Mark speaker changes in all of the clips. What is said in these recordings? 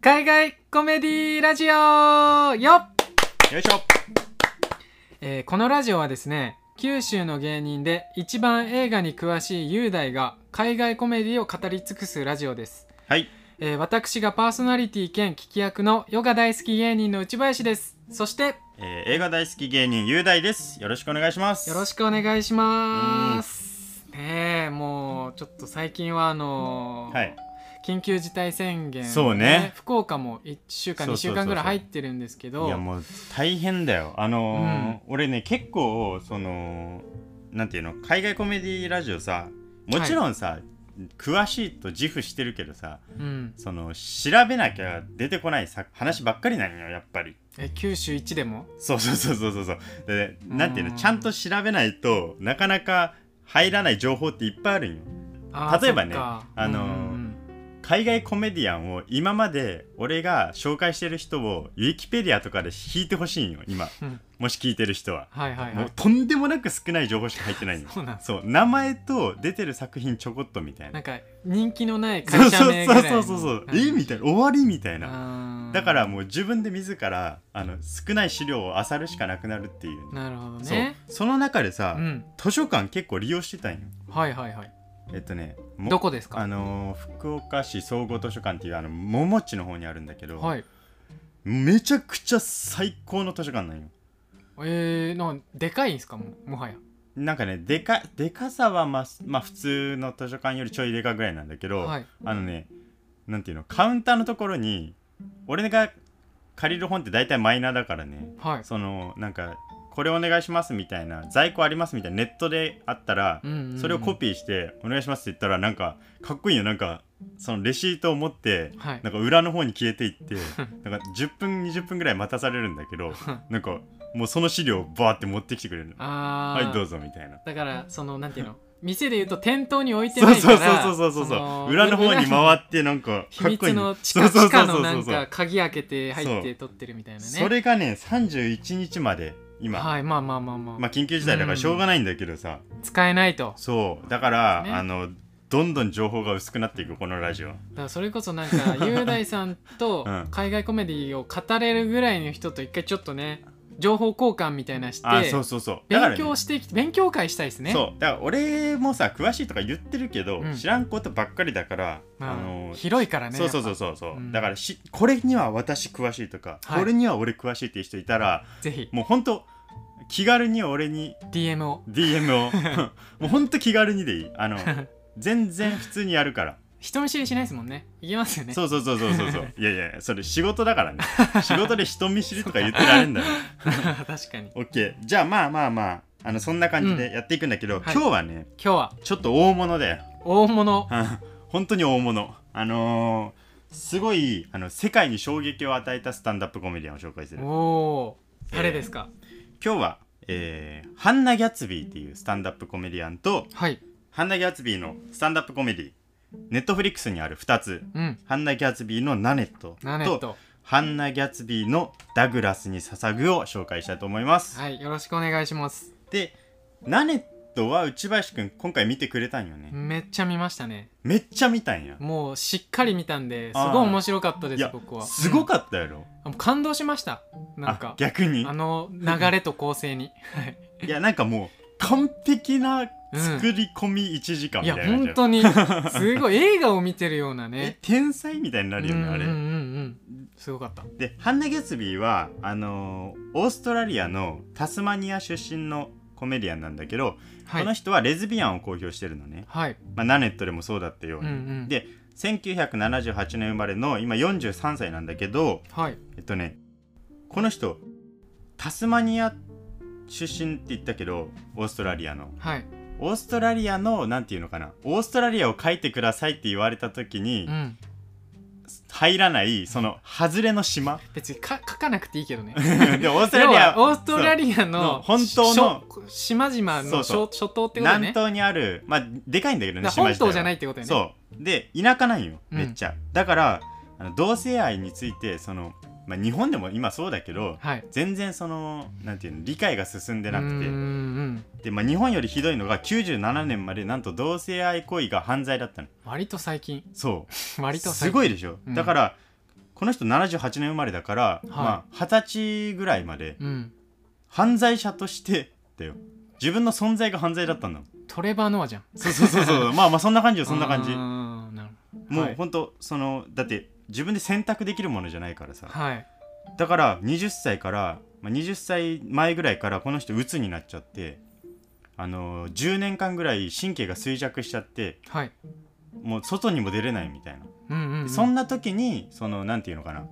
Speaker 1: 海外コメディラジオよっ、
Speaker 2: よいしょ
Speaker 1: えーこのラジオはですね九州の芸人で一番映画に詳しい雄大が海外コメディを語り尽くすラジオです、
Speaker 2: はい
Speaker 1: えー私がパーソナリティ兼聞き役のヨガ大好き芸人の内林ですそして
Speaker 2: えー映画大好き芸人雄大ですよろしくお願いします
Speaker 1: よろし
Speaker 2: く
Speaker 1: くお願いしますねえもうちょっと最近はあのー
Speaker 2: はい
Speaker 1: 緊急事態宣言、
Speaker 2: そうね
Speaker 1: 福岡も1週間
Speaker 2: そ
Speaker 1: 2
Speaker 2: うそうそうそう
Speaker 1: 週間ぐらい入ってるんですけど
Speaker 2: いやもう大変だよあのー俺ね結構そのなんていうの海外コメディラジオさもちろんさ、詳しいと自負してるけどさ
Speaker 1: うん、
Speaker 2: その調べなきゃ出てこないさ話ばっかりなんよやっぱり
Speaker 1: え九州一でも
Speaker 2: そうそうそうそうそうそうで
Speaker 1: うん
Speaker 2: なんていうのちゃんと調べないとなかなか入らない情報っていっぱいあるんよ
Speaker 1: あー
Speaker 2: 例えばね
Speaker 1: そっか
Speaker 2: あのー海外コメディアンを今まで俺が紹介してる人をウィキペディアとかで引いてほしいんよ今
Speaker 1: うん
Speaker 2: もし聞いてる人は、
Speaker 1: はいはいは
Speaker 2: もう
Speaker 1: い
Speaker 2: とんでもなく少ない情報しか入ってないの
Speaker 1: そうなん
Speaker 2: そう名前と出てる作品ちょこっとみたい
Speaker 1: なん
Speaker 2: な
Speaker 1: か人気のない
Speaker 2: そう
Speaker 1: 会社
Speaker 2: そう
Speaker 1: 名ぐ
Speaker 2: そ
Speaker 1: ら
Speaker 2: う
Speaker 1: い
Speaker 2: そ
Speaker 1: の
Speaker 2: うそうそう
Speaker 1: うん
Speaker 2: えみたいな終わりみたいな
Speaker 1: あー
Speaker 2: だからもう自分で自らあの少ない資料を漁るしかなくなるっていう,、
Speaker 1: なるほど
Speaker 2: そ
Speaker 1: ね
Speaker 2: うその中で
Speaker 1: う
Speaker 2: さ、
Speaker 1: ん
Speaker 2: 図書館結構利用してたんよ
Speaker 1: はいはいはい
Speaker 2: えっとねも
Speaker 1: どこですか
Speaker 2: あのー福岡市総合図書館っていうあの桃地の方にあるんだけど、
Speaker 1: はい
Speaker 2: めちゃくちゃ最高の図書館なんよ
Speaker 1: えー、なんかでかいんすかもうもはや
Speaker 2: なんかねでかでかさはまあ、まあ、普通の図書館よりちょいでかぐらいなんだけど、
Speaker 1: はい
Speaker 2: あのねなんていうのカウンターのところに俺が借りる本って大体マイナーだからね
Speaker 1: はい
Speaker 2: そのなんかこれお願いしますみたいな在庫ありますみたいなネットであったら、
Speaker 1: うんうんうん
Speaker 2: それをコピーしてお願いしますって言ったらなんかかっこいいよなんかそのレシートを持って
Speaker 1: はい
Speaker 2: なんか裏の方に消えていってなんか10分20分ぐらい待たされるんだけどなんかもうその資料をバーって持ってきてくれるの
Speaker 1: あ
Speaker 2: はいどう
Speaker 1: ぞ
Speaker 2: ぞみたいな
Speaker 1: だからそのなんていうの店で言うと店頭に置いて
Speaker 2: そ
Speaker 1: な
Speaker 2: う
Speaker 1: いか
Speaker 2: そう
Speaker 1: ら
Speaker 2: そうそうそうそう
Speaker 1: の
Speaker 2: 裏の方に回
Speaker 1: って
Speaker 2: ってなんか
Speaker 1: 秘
Speaker 2: かっこ
Speaker 1: 密
Speaker 2: いい
Speaker 1: の地
Speaker 2: そ
Speaker 1: 下
Speaker 2: う
Speaker 1: 地
Speaker 2: そうそ
Speaker 1: 下
Speaker 2: う
Speaker 1: のな
Speaker 2: そうんそう
Speaker 1: か鍵開けて入っ
Speaker 2: そ
Speaker 1: て
Speaker 2: う
Speaker 1: 取ってるみたいなね
Speaker 2: それがね31日まで今、
Speaker 1: はいまあまあまあまあ、
Speaker 2: まあ緊急事態だからしょうがないんだけどさ、
Speaker 1: 使えないと
Speaker 2: そうだから、
Speaker 1: ね
Speaker 2: あのどんどん情報が薄くなっていくこのラジオ
Speaker 1: だからそれこそなん か雄大さんと
Speaker 2: うん
Speaker 1: 海外コメディを語れるぐらいの人と一回ちょっとね情報交換みたいなして
Speaker 2: あそうそうそうだから
Speaker 1: 勉
Speaker 2: ね
Speaker 1: 強してきて勉強会したいですね
Speaker 2: そうだから俺もさ詳しいとか言ってるけど、
Speaker 1: うん
Speaker 2: 知らんことばっかりだから、
Speaker 1: まあ、
Speaker 2: あの
Speaker 1: 広いからね
Speaker 2: そうそうそう
Speaker 1: やっ
Speaker 2: そうそう、
Speaker 1: うん
Speaker 2: だからしこれには私詳しいとか、
Speaker 1: はい
Speaker 2: これには俺詳しいっていう人いたら
Speaker 1: ぱぜひ
Speaker 2: もうほんと気軽に俺に
Speaker 1: DM を
Speaker 2: DM をもうほんと気軽にでいいあの全然普通にやるから、
Speaker 1: 人見知りしないですもんねいきますよね
Speaker 2: そうそうそうそうそうそういやいやそれ仕事だからね仕事で人見知りとか言ってられんだ よ
Speaker 1: 確かに今
Speaker 2: OK じゃあまあまあまああのそんな感じでやっていくんだけ
Speaker 1: は
Speaker 2: ど、
Speaker 1: い
Speaker 2: 今日はね
Speaker 1: 日は
Speaker 2: ちょっと大物だよ
Speaker 1: 大物
Speaker 2: あ本当に大物あのーすごいあの世界に衝撃を与えたスタンダップコメディアンを紹介する
Speaker 1: お
Speaker 2: 今
Speaker 1: お誰ですか、
Speaker 2: 日は、えーハンナ・ギャツビーっていうスタンダップコメディアンと
Speaker 1: はい
Speaker 2: ハンナ・ギャツビーのスタンダップコメディネットフリックスにある2つ
Speaker 1: うん
Speaker 2: ハンナ・ギャツビーのナネット
Speaker 1: ナネッ
Speaker 2: と
Speaker 1: ト
Speaker 2: ハンナ・ギャツビーのダグラスに捧ぐを紹介したいと思います、
Speaker 1: はいよろしくお願いします
Speaker 2: でナネットは内林くん今回見てくれたんよね、
Speaker 1: めっちゃ見ましたね
Speaker 2: めっちゃ見たんや
Speaker 1: もうしっかり見たんです
Speaker 2: あー
Speaker 1: ごい面白かったで
Speaker 2: い
Speaker 1: す
Speaker 2: や
Speaker 1: 僕は
Speaker 2: すごかったやろ、
Speaker 1: あもう感動しましたなん
Speaker 2: あ
Speaker 1: か
Speaker 2: 逆に
Speaker 1: あの流れと構成にはい
Speaker 2: いやなんかもう完璧な作り込み1時間
Speaker 1: い
Speaker 2: みた
Speaker 1: や
Speaker 2: いな
Speaker 1: 本
Speaker 2: 感じだよ、
Speaker 1: 当にすごい映画を見てるような
Speaker 2: え
Speaker 1: ね
Speaker 2: 天才みたいになるよ ねあれ、
Speaker 1: うんうんうんうんすごかった
Speaker 2: でハンナ・ギャツビーはあのーオーストラリアのタスマニア出身のコメディアンなんだけど、
Speaker 1: は
Speaker 2: この
Speaker 1: い
Speaker 2: 人はレズビアンを公表してるのね、
Speaker 1: はい
Speaker 2: まあ、ナネットでもそうだったよう
Speaker 1: うんう
Speaker 2: に、
Speaker 1: ん
Speaker 2: で1978年生まれの今43歳なんだけど
Speaker 1: はい
Speaker 2: えっとねこの人タスマニア出身って言ったけどオーストラリアの
Speaker 1: はい
Speaker 2: オーストラリアのなんていうのかなオーストラリアを書いてくださいって言われた時に
Speaker 1: うん
Speaker 2: 入らないその外れの島
Speaker 1: 別にか書かなくていいけどね
Speaker 2: でオーストラ
Speaker 1: 要
Speaker 2: リ
Speaker 1: は
Speaker 2: ア
Speaker 1: オーストラリアの
Speaker 2: の本当の
Speaker 1: しょ島々
Speaker 2: そ
Speaker 1: の
Speaker 2: う
Speaker 1: し
Speaker 2: そう
Speaker 1: ょ諸島ってことだ
Speaker 2: 南
Speaker 1: ね
Speaker 2: 東にあるまあでかいんだけどね
Speaker 1: だから
Speaker 2: 島
Speaker 1: 本
Speaker 2: 自体は
Speaker 1: 島じゃないってことよね
Speaker 2: そうで田舎なんよ
Speaker 1: うん
Speaker 2: めっちゃ、だからあの同性愛についてその、まあ、日本でも今そうだけど
Speaker 1: はい
Speaker 2: 全然そのなんていうの理解が進んでな
Speaker 1: う
Speaker 2: く
Speaker 1: んう
Speaker 2: て
Speaker 1: ん
Speaker 2: で、まあ、日本よりひどいのが97年までなんと同性愛行為が犯罪だったの
Speaker 1: 割と最近
Speaker 2: そう
Speaker 1: 割と
Speaker 2: す
Speaker 1: 最近
Speaker 2: ごいでしょ、
Speaker 1: うん
Speaker 2: だからこの人78年生まれだから、まあ、20歳ぐらいまで
Speaker 1: うん
Speaker 2: 犯罪者としてだよ自分の存在が犯罪だったんだもん
Speaker 1: トレバー・ノアじゃん
Speaker 2: そうそうそうそうまあまあそんな感じよそんな感じ
Speaker 1: うーんなるほど
Speaker 2: も
Speaker 1: は
Speaker 2: う
Speaker 1: い
Speaker 2: ほんとそのだって自分で選択できるものじゃないからさ
Speaker 1: はい
Speaker 2: だから20歳から、まあ、20歳前ぐらいからこの人鬱になっちゃってあの10年間ぐらい神経が衰弱しちゃって
Speaker 1: はい
Speaker 2: もう外にも出れないみたいな、
Speaker 1: うんうんうん
Speaker 2: そんな時にそのなんていうのかな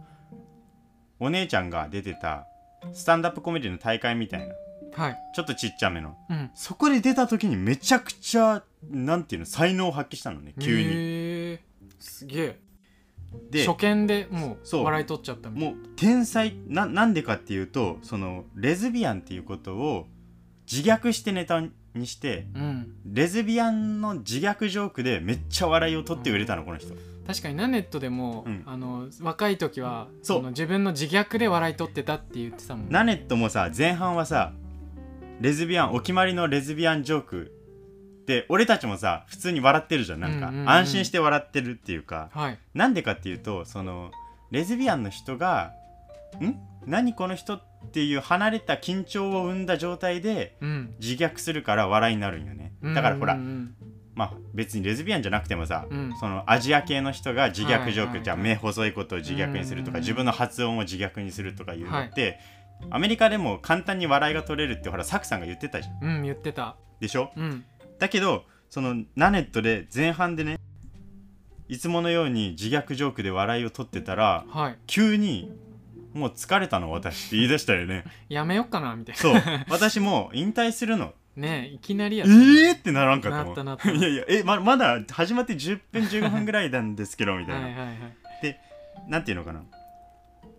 Speaker 2: お姉ちゃんが出てたスタンダップコメディの大会みたいな
Speaker 1: はい
Speaker 2: ちょっとちっちゃめの
Speaker 1: うん
Speaker 2: そこで出た時にめちゃくちゃなんていうの才能を発揮したのね急
Speaker 1: へ
Speaker 2: に
Speaker 1: ーすげえ
Speaker 2: で
Speaker 1: 初見でもう
Speaker 2: そう
Speaker 1: 笑い取っちゃったみたい
Speaker 2: もう天才ななんでかっていうとそのレズビアンっていうことを自虐してネタにして
Speaker 1: うん
Speaker 2: レズビアンの自虐ジョークでめっちゃ笑いを取って売れたのこの人
Speaker 1: 確かにナネットでも、
Speaker 2: うん
Speaker 1: あの若い時は
Speaker 2: そう
Speaker 1: の自分の自虐で笑い取ってたって言ってたもん
Speaker 2: ナネットもさ前半はさレズビアンお決まりのレズビアンジョークで俺たちもさ普通に笑ってるじゃんなんか、
Speaker 1: うんうんうん
Speaker 2: 安心して笑ってるっていうか
Speaker 1: はい
Speaker 2: なんでかっていうとそのレズビアンの人が「ん何この人?」っていう離れた緊張を生んだ状態で
Speaker 1: うん
Speaker 2: 自虐するから笑いになるんよね
Speaker 1: うん
Speaker 2: だからほら、
Speaker 1: うんうん
Speaker 2: まあ別にレズビアンじゃなくてもさ、
Speaker 1: うん
Speaker 2: そのアジア系の人が自虐ジョーク、
Speaker 1: はいはい
Speaker 2: じゃあ目細いことを自虐にするとか、
Speaker 1: うん
Speaker 2: 自分の発音を自虐にするとかいうのって、アメリカでも簡単に笑いが取れるってほらサクさんが言ってたじゃん
Speaker 1: うんうん言ってた
Speaker 2: でしょ
Speaker 1: うん
Speaker 2: だけどそのナネットで前半でねいつものように自虐ジョークで笑いを取ってたら
Speaker 1: はい
Speaker 2: 急に「もう疲れたの私」って言い出したよね
Speaker 1: やめよっかなみたい
Speaker 2: そう私もう引退するの
Speaker 1: なねえいきなり
Speaker 2: え
Speaker 1: やった
Speaker 2: ーってならんかった
Speaker 1: な
Speaker 2: もん
Speaker 1: ったなった
Speaker 2: いやいやえままだ始まって10分15分ぐらいなんですけどみたいな、
Speaker 1: はいはいはい
Speaker 2: なんていうのかな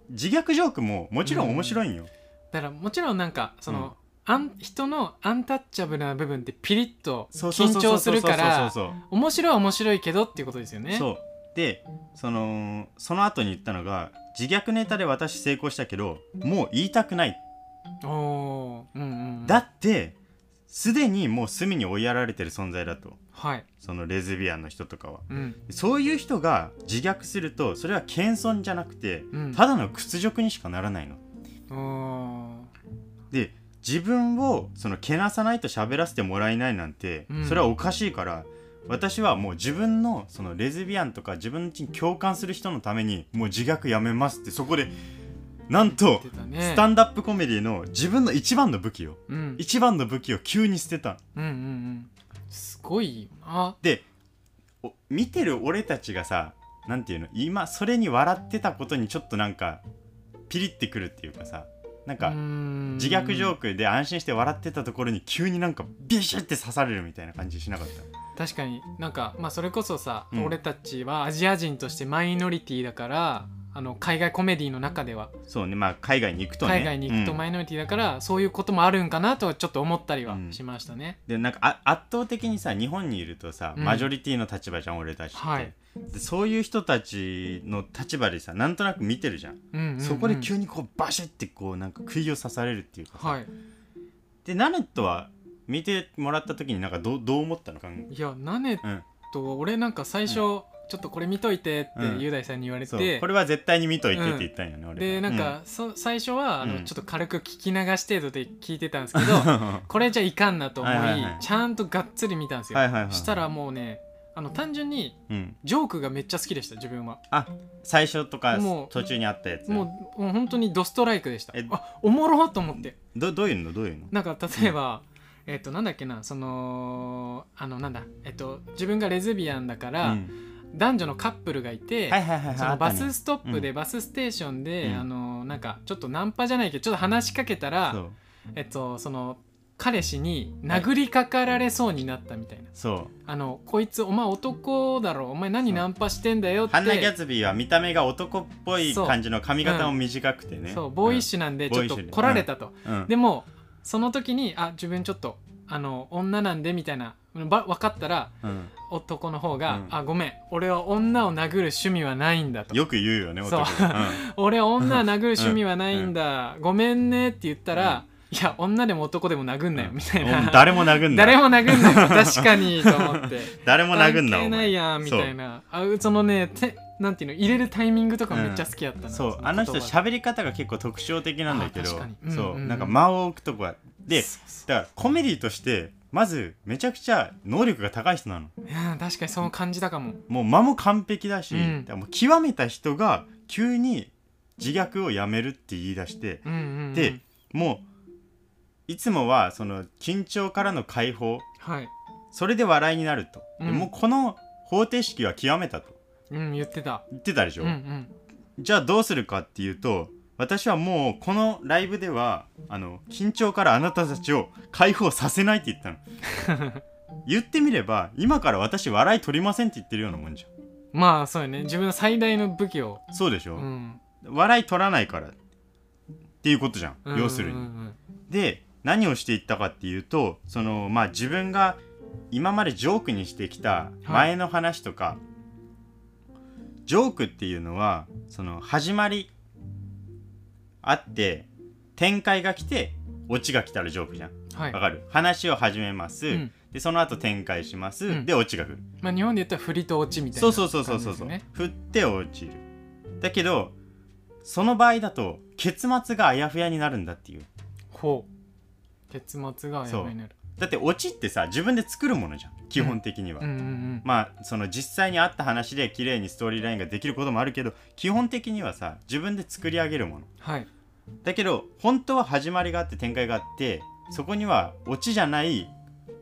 Speaker 2: 自虐ジョークももちろん面白いんよ、
Speaker 1: だからもちろんなんかその、あん人のアンタッチャブルな部分ってピリッと
Speaker 2: そうそう
Speaker 1: 緊
Speaker 2: そうそう
Speaker 1: 張するから
Speaker 2: そうそう
Speaker 1: 面白いは面白いけどっていうことですよ
Speaker 2: そう
Speaker 1: ね
Speaker 2: そうでそのその後に言ったのが自虐ネタで私成功したけどもう言いたくない
Speaker 1: おおーうんうん
Speaker 2: だってすでにもう隅に追いやられてる存在だと
Speaker 1: はい
Speaker 2: そのレズビアンの人とかは
Speaker 1: うん
Speaker 2: そういう人が自虐するとそれは謙遜じゃなくて、
Speaker 1: うん
Speaker 2: ただの屈辱にしかならないの
Speaker 1: おー
Speaker 2: で自分をそのけなさないと喋らせてもらえないなんて、
Speaker 1: うん
Speaker 2: それはおかしいから私はもう自分のそのレズビアンとか自分に共感する人のためにもう自虐やめますってそこでなんと
Speaker 1: 出たね
Speaker 2: スタンダップコメディの自分の一番の武器を
Speaker 1: うん
Speaker 2: 一番の武器を急に捨てた
Speaker 1: うんうんうんすごいよな
Speaker 2: でお見てる俺たちがさなんていうの今それに笑ってたことにちょっとなんかピリってくるっていうかさなんか、自
Speaker 1: 自
Speaker 2: 虐ジョークで安心して笑ってたところに急になんかビシュって刺されるみたいな感じしなかった
Speaker 1: 確かになんか、まあ、それこそさ、
Speaker 2: うん
Speaker 1: 俺たちはアジア人としてマイノリティだからあの海外コメディの中では、
Speaker 2: そうねまあ海外に行くとね
Speaker 1: 海外に行くと
Speaker 2: うん
Speaker 1: マイノリティだから、そういうこともあるんかなとはちょっと思ったりはしましたね、
Speaker 2: でなんかあ圧倒的にさ日本にいるとさ、
Speaker 1: うん
Speaker 2: マジョリティの立場じゃん俺たちって、
Speaker 1: はい
Speaker 2: でそういう人たちの立場でさなんとなく見てるじゃん,、
Speaker 1: うんうんうん
Speaker 2: そこで急にこうバシュってこうなんか杭を刺されるっていうかさ、
Speaker 1: はい
Speaker 2: でナネットは見てもらった時になんかどうどう思ったのかん
Speaker 1: いやナネと俺なんか最初、ちょっとこれ見といてって
Speaker 2: うん
Speaker 1: 雄大さんに言われ
Speaker 2: そう
Speaker 1: て、
Speaker 2: これは絶対に見といてって言ったんよね、俺
Speaker 1: でなんか、そ最初はあの、ちょっと軽く聞き流し程度で聞いてたんですけどこれじゃいかんなと思い,、
Speaker 2: はいはいはい
Speaker 1: ちゃんとがっつり見たんですよ、
Speaker 2: はいはいはいはい
Speaker 1: したらもうねあの単純に
Speaker 2: うん、うん
Speaker 1: ジョークがめっちゃ好きでした自分は
Speaker 2: あ最初とか
Speaker 1: もう
Speaker 2: 途中にあったやつ
Speaker 1: もうもう本当にドストライクでした
Speaker 2: え
Speaker 1: あおもろーと思って
Speaker 2: どどういうのどういうの
Speaker 1: なんか例えば、えっ、となんだっけなそのあのなんだえっと自分がレズビアンだから、
Speaker 2: うん
Speaker 1: 男女のカップルがいて、
Speaker 2: はいはいはいはい
Speaker 1: そ
Speaker 2: あ
Speaker 1: の
Speaker 2: った
Speaker 1: バ
Speaker 2: ね
Speaker 1: スストップで、
Speaker 2: うん
Speaker 1: バスステーションで、
Speaker 2: うん
Speaker 1: あのなんかちょっとナンパじゃないけどちょっと話しかけた
Speaker 2: そ
Speaker 1: ら
Speaker 2: う
Speaker 1: えっとその彼氏に殴りかかられそうになったみたいな、
Speaker 2: そ
Speaker 1: あのこいつお前男だろお前何
Speaker 2: そう
Speaker 1: ナンパしてんだよ
Speaker 2: う
Speaker 1: って
Speaker 2: ハンナ・ギャツビーは見た目が男っぽい
Speaker 1: そう
Speaker 2: 感じの髪型も短くてね
Speaker 1: そうボーイッシュなんで
Speaker 2: うん
Speaker 1: ちょっ
Speaker 2: ボー
Speaker 1: と
Speaker 2: イッシュで
Speaker 1: 来られたと、
Speaker 2: ュ、うん
Speaker 1: でもその時にあ自分ちょっとあの女なんでみたいなば分かったら
Speaker 2: うん
Speaker 1: 男の方が「
Speaker 2: うん
Speaker 1: あごめん俺は女を殴る趣味はないんだ」と
Speaker 2: よく言うよね
Speaker 1: そう
Speaker 2: 男が
Speaker 1: 「俺は女を殴る趣味はないんだ、ごめんね」って言ったら「いや女でも男でも殴 んなよ」みたい
Speaker 2: うん
Speaker 1: な、
Speaker 2: うん誰も殴んな
Speaker 1: 誰も殴んなよ確かにと思って
Speaker 2: 誰も殴んな
Speaker 1: 関係ないやん
Speaker 2: お前
Speaker 1: みたいなあそのねてなんていうの入れるタイミングとかめっちゃ好きやったな、
Speaker 2: そう
Speaker 1: そ
Speaker 2: あの人
Speaker 1: 言葉
Speaker 2: 喋り方が結構特徴的なんだけど
Speaker 1: あ確かにうん
Speaker 2: そう
Speaker 1: うんうん
Speaker 2: なんか間を置くとこはで
Speaker 1: そうそ
Speaker 2: だからコメディとしてまずめちゃくちゃ能力が高い人なの
Speaker 1: ういや確かにそう感じたかも
Speaker 2: もう間も完璧だし、
Speaker 1: うん
Speaker 2: だからもう極めた人が急に自虐をやめるって言い出して
Speaker 1: うんうん、うん、
Speaker 2: でもういつもはその緊張からの解放
Speaker 1: はい、
Speaker 2: それで笑いになると、で
Speaker 1: うん
Speaker 2: もうこの方程式は極めたと
Speaker 1: うん、言ってた
Speaker 2: 言ってたでし
Speaker 1: う
Speaker 2: ょ、
Speaker 1: んうん
Speaker 2: じゃあどうするかっていうと私はもうこのライブではあの緊張からあなたたちを解放させないって言ったの 言ってみれば今から私笑い取りませんって言ってるようなもんじゃ
Speaker 1: まあそうよね自分の最大の武器を
Speaker 2: んそうでしょ、
Speaker 1: うん
Speaker 2: 笑い取らないからっていうことじゃん、
Speaker 1: うん
Speaker 2: 要する
Speaker 1: うんう
Speaker 2: に
Speaker 1: ん
Speaker 2: で何をしていったかっていうとそのまあ自分が今までジョークにしてきた前の話とか、ジョークっていうのはその始まりあって展開が来てオチが来たらジョークじゃん
Speaker 1: はい
Speaker 2: わかる話を始めます、
Speaker 1: うん
Speaker 2: でその後展開します、
Speaker 1: うん
Speaker 2: でオチが来る
Speaker 1: まあ日本で言ったら振りと落ちみたいな
Speaker 2: そうそうそうそうそうそう、
Speaker 1: 感じですね
Speaker 2: 振って落ちるだけどその場合だと結末があやふやになるんだっていう
Speaker 1: ほう結末がやばいになる
Speaker 2: だってオチってさ自分で作るものじゃん基本的には、
Speaker 1: うんうんうん
Speaker 2: まあその実際にあった話で綺麗にストーリーラインができることもあるけど基本的にはさ自分で作り上げるもの
Speaker 1: はい
Speaker 2: だけど本当は始まりがあって展開があってそこにはオチじゃない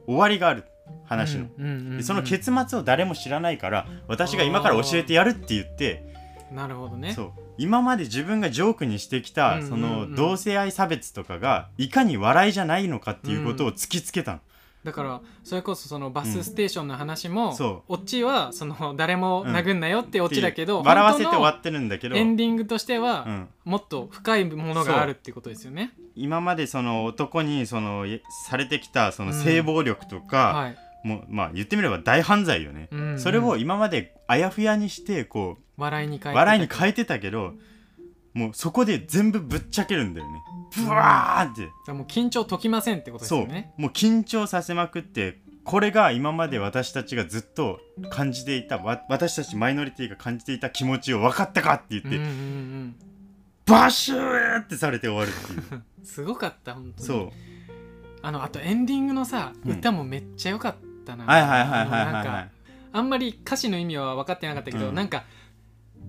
Speaker 2: 終わりがある話の、
Speaker 1: うんうんうんうん
Speaker 2: でその結末を誰も知らないから私が今から教えてやるって言って
Speaker 1: なるほどね
Speaker 2: そう今まで自分がジョークにしてき
Speaker 1: う
Speaker 2: た、
Speaker 1: んうんうん
Speaker 2: その同性愛差別とかがいかに笑いじゃないのかっていうことを突きつけたの、
Speaker 1: だからそれこそそのバスステーションの話も、
Speaker 2: うんそう
Speaker 1: オチはその誰も殴んなよってオ
Speaker 2: ってい
Speaker 1: チ
Speaker 2: う
Speaker 1: だけど、
Speaker 2: 笑わせて終わ
Speaker 1: 本
Speaker 2: ってるんだけ
Speaker 1: 当
Speaker 2: ど、
Speaker 1: のエンディングとしては、
Speaker 2: うん
Speaker 1: もっと深いものがあるってことですよね
Speaker 2: 今までその男にそのえされてきたその
Speaker 1: うん
Speaker 2: 性暴力とか、
Speaker 1: はい、
Speaker 2: もうまあ言ってみれば大犯罪よね、
Speaker 1: うんうん
Speaker 2: それを今まであやふやにしてこう
Speaker 1: 笑いに変えて
Speaker 2: 笑いに変えてたけどもうそこで全部ぶっちゃけるんだよねブワーって。
Speaker 1: じゃあもう緊張解きませんってことです
Speaker 2: そう
Speaker 1: よね
Speaker 2: もう緊張させまくってこれが今まで私たちがずっと感じていたわ私たちマイノリティが感じていた気持ちを分かったかって言って、
Speaker 1: うんうんうん
Speaker 2: バシューってされて終わるっていう
Speaker 1: すごかった本当に
Speaker 2: そう
Speaker 1: あのあとエンディングのさ、
Speaker 2: うん
Speaker 1: 歌もめっちゃ良かったな
Speaker 2: はいはいはい
Speaker 1: あの
Speaker 2: はい
Speaker 1: なん
Speaker 2: はいは
Speaker 1: か
Speaker 2: い
Speaker 1: あんまり歌詞の意味は分かってなかったけど、
Speaker 2: うん
Speaker 1: なんか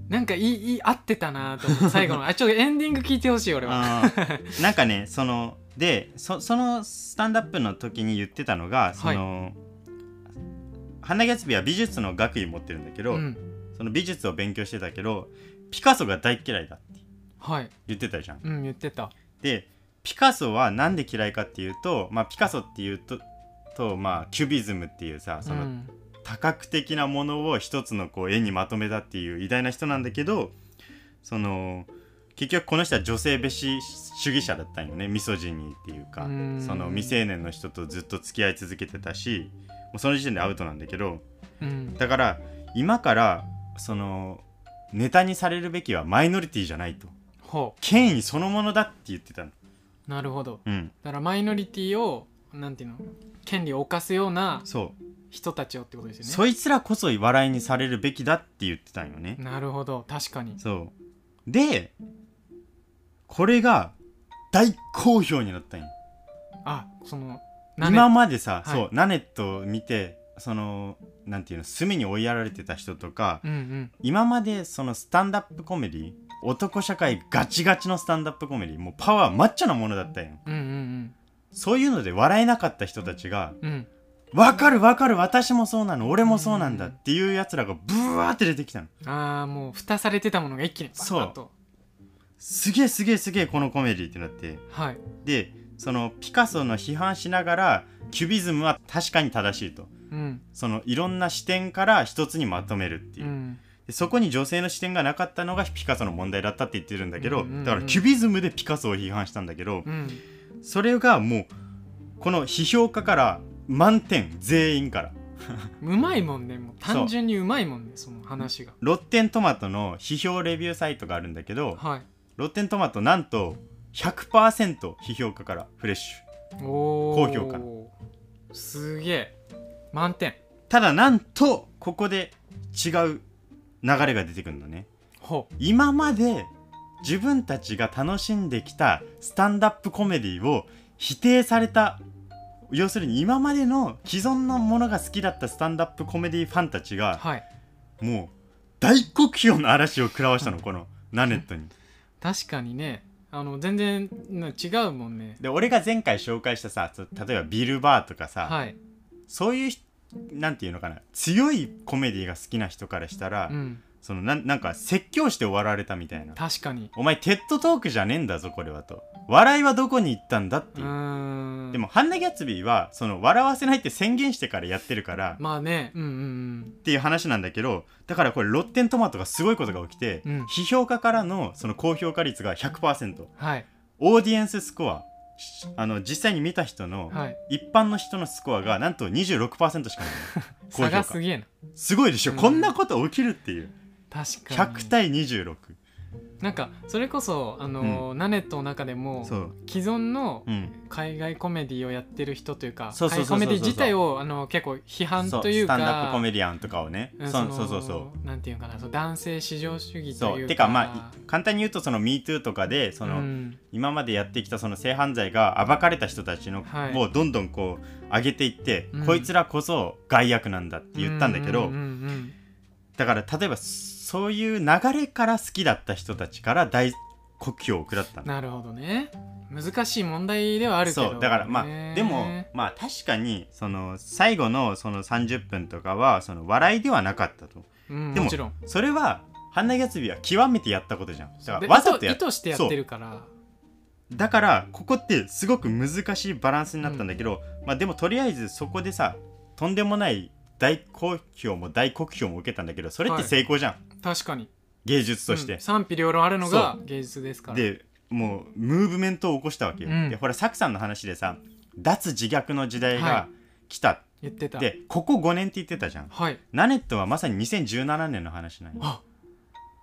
Speaker 1: なんかいいいい合ってたなと思って最 後のあちょっとエンディング聞いてほしい俺は
Speaker 2: あーなんかねそのでそそのスタンダップの時に言ってたのがその、ハンナ・ギャツビーは美術の学位持ってるんだけど、
Speaker 1: うん、
Speaker 2: その美術を勉強してたけどピカソが大嫌いだって
Speaker 1: はい
Speaker 2: 言ってたじゃん
Speaker 1: うん言ってた
Speaker 2: でピカソはなんで嫌いかっていうと、まあ、ピカソっていうとと、まあ、キュビズムっていうさその、
Speaker 1: うん
Speaker 2: 多角的なものを一つのこう絵にまとめたっていう偉大な人なんだけどその結局この人は女性蔑視主義者だったんよねミソジニーっていうか
Speaker 1: うん
Speaker 2: その未成年の人とずっと付き合い続けてたしもうその時点でアウトなんだけど
Speaker 1: うん、
Speaker 2: だから今からそのネタにされるべきはマイノリティじゃないと
Speaker 1: ほ
Speaker 2: 権威そのものだって言ってたの。
Speaker 1: うなるほど
Speaker 2: うん
Speaker 1: だからマイノリティをなんていうの権利を犯すような
Speaker 2: そう
Speaker 1: 人たちをってことですよね
Speaker 2: そいつらこそ笑いにされるべきだって言ってたんよね、
Speaker 1: なるほど確かに
Speaker 2: そうでこれが大好評になったんよ
Speaker 1: あその
Speaker 2: 今までさ、
Speaker 1: はい
Speaker 2: そうナネットを見てそのなんていうの隅に追いやられてた人とか、
Speaker 1: うんうん
Speaker 2: 今までそのスタンダップコメディ男社会ガチガチのスタンダップコメディもうパワーマッチョなものだったんよ
Speaker 1: うんうん
Speaker 2: そういうので笑えなかった人たちが
Speaker 1: うんうん
Speaker 2: 「わかるわかる私もそうなの俺もそうなんだ」っていうやつらがブワーって出てきたの
Speaker 1: ああもう蓋されてたものが一気にバーッと
Speaker 2: すげえすげえすげえこのコメディってなって
Speaker 1: はい
Speaker 2: でそのピカソの批判しながらキュビズムは確かに正しいと
Speaker 1: うん
Speaker 2: そのいろんな視点から一つにまとめるっていうう、
Speaker 1: ん
Speaker 2: でそこに女性の視点がなかったのがピカソの問題だったって言ってるんだけど、
Speaker 1: うんうんうん
Speaker 2: だからキュビズムでピカソを批判したんだけど、
Speaker 1: うん
Speaker 2: それがもうこの批評家から満点全員から
Speaker 1: うまいもんねもう単純にうまいもんねその話が
Speaker 2: ロッテントマトの批評レビューサイトがあるんだけど
Speaker 1: はい
Speaker 2: ロッテントマトなんと100%批評家からフレッシュ
Speaker 1: おお
Speaker 2: 高評価
Speaker 1: すげえ満点
Speaker 2: ただなんとここで違う流れが出てくるのね
Speaker 1: ほう
Speaker 2: 今まで自分たちが楽しんできたスタンダップコメディを否定された要するに今までの既存のものが好きだったスタンダップコメディファンたちが
Speaker 1: はい
Speaker 2: もう大酷評の嵐を食らわしたのこのナネットに。
Speaker 1: 確かにねあの全然ね違うもんね
Speaker 2: で俺が前回紹介したさそ例えばビル・バーとかさ、
Speaker 1: はい
Speaker 2: そういうひなんていうのかな強いコメディが好きな人からしたら、
Speaker 1: うん
Speaker 2: そのなんなんか説教して終わられたみたいな
Speaker 1: 確かに
Speaker 2: お前テッドトークじゃねえんだぞこれはと笑いはどこに行ったんだっ
Speaker 1: う
Speaker 2: ていう、
Speaker 1: ーん
Speaker 2: でもハンナ・ギャッツビーはその笑わせないって宣言してからやってるから
Speaker 1: まあねうんうん
Speaker 2: っていう話なんだけどだからこれロッテントマトがすごいことが起きて、
Speaker 1: うん
Speaker 2: 批評家からのその高評価率が100%
Speaker 1: うんはい
Speaker 2: オーディエンススコアしあの実際に見た人の
Speaker 1: はい
Speaker 2: 一般の人のスコアがなんと26%しかない高
Speaker 1: 差
Speaker 2: 評価
Speaker 1: がすげえな
Speaker 2: すごいでしょ、
Speaker 1: うん
Speaker 2: こんなこと起きるっていう
Speaker 1: 確かに
Speaker 2: 100対26
Speaker 1: なんかそれこそあの、ナネットの中でも
Speaker 2: そう
Speaker 1: 既存の
Speaker 2: うん
Speaker 1: 海外コメディをやってる人というか
Speaker 2: そう
Speaker 1: 海
Speaker 2: そう
Speaker 1: 外
Speaker 2: そうそうそう
Speaker 1: コメディ自体をあの結構批判
Speaker 2: そう
Speaker 1: という
Speaker 2: ス
Speaker 1: か
Speaker 2: タンダップコメディアンとかをね、
Speaker 1: ん
Speaker 2: そ
Speaker 1: の
Speaker 2: そうそうそう
Speaker 1: なんていうかなその男性至上主義
Speaker 2: そ
Speaker 1: と
Speaker 2: う
Speaker 1: いうか
Speaker 2: てかまあい簡単に言うとその MeToo とかでそ
Speaker 1: う
Speaker 2: の、
Speaker 1: ん
Speaker 2: 今までやってきたその性犯罪が暴かれた人たちの、
Speaker 1: はい
Speaker 2: もうどんどんこう上げていって、
Speaker 1: うん
Speaker 2: こいつらこそ害悪なんだって言ったんだけ
Speaker 1: うん
Speaker 2: ど、
Speaker 1: うんうん
Speaker 2: だから例えばそういう流れから好きだった人たちから大酷評を食らった
Speaker 1: うん
Speaker 2: の。
Speaker 1: なるほどね難しい問題ではあるけど、ね、
Speaker 2: そうだからまあでもまあ確かにその最後のその30分とかはその笑いではなかったと
Speaker 1: うん
Speaker 2: でも
Speaker 1: もちろん
Speaker 2: それはハンナ・ギャツビーは極めてやったことじゃんだか
Speaker 1: で
Speaker 2: らわざとや
Speaker 1: 意図意図してやってるから
Speaker 2: だからここってすごく難しいバランスになったんだけど、まあでもとりあえずそこでさとんでもない大好評も大酷評も受けたんだけどそれって成功じゃん、
Speaker 1: 確かに
Speaker 2: 芸術として
Speaker 1: うん、賛否両論あるのが芸術ですから
Speaker 2: でもうムーブメントを起こしたわけよ、
Speaker 1: うん
Speaker 2: でほらサクさんの話でさ脱自虐の時代が
Speaker 1: は
Speaker 2: 来た、
Speaker 1: 言ってた
Speaker 2: でここ5年って言ってたじゃん
Speaker 1: はい
Speaker 2: ナネットはまさに2017年の話なんよ
Speaker 1: あ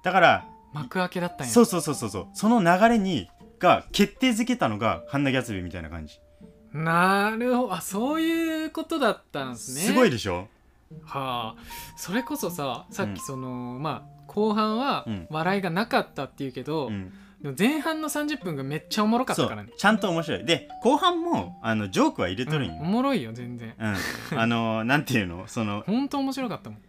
Speaker 2: だから
Speaker 1: 幕開けだったんや
Speaker 2: そうそうそうそうそうその流れにが決定づけたのがハンナ・ギャツビーみたいな感じ
Speaker 1: なるほどあそういうことだったんですね
Speaker 2: すごいでしょ
Speaker 1: はあそれこそささっ
Speaker 2: うん
Speaker 1: きその、まあ後半は
Speaker 2: うん
Speaker 1: 笑いがなかったっていうけど、
Speaker 2: うん
Speaker 1: でも前半の30分がめっちゃおもろかったからね
Speaker 2: そうちゃんと面白いで後半もあのジョークは入れと
Speaker 1: う
Speaker 2: るんよ
Speaker 1: んお、もろいよ全然
Speaker 2: うんあのなんていうのその
Speaker 1: ほんと面白かったもん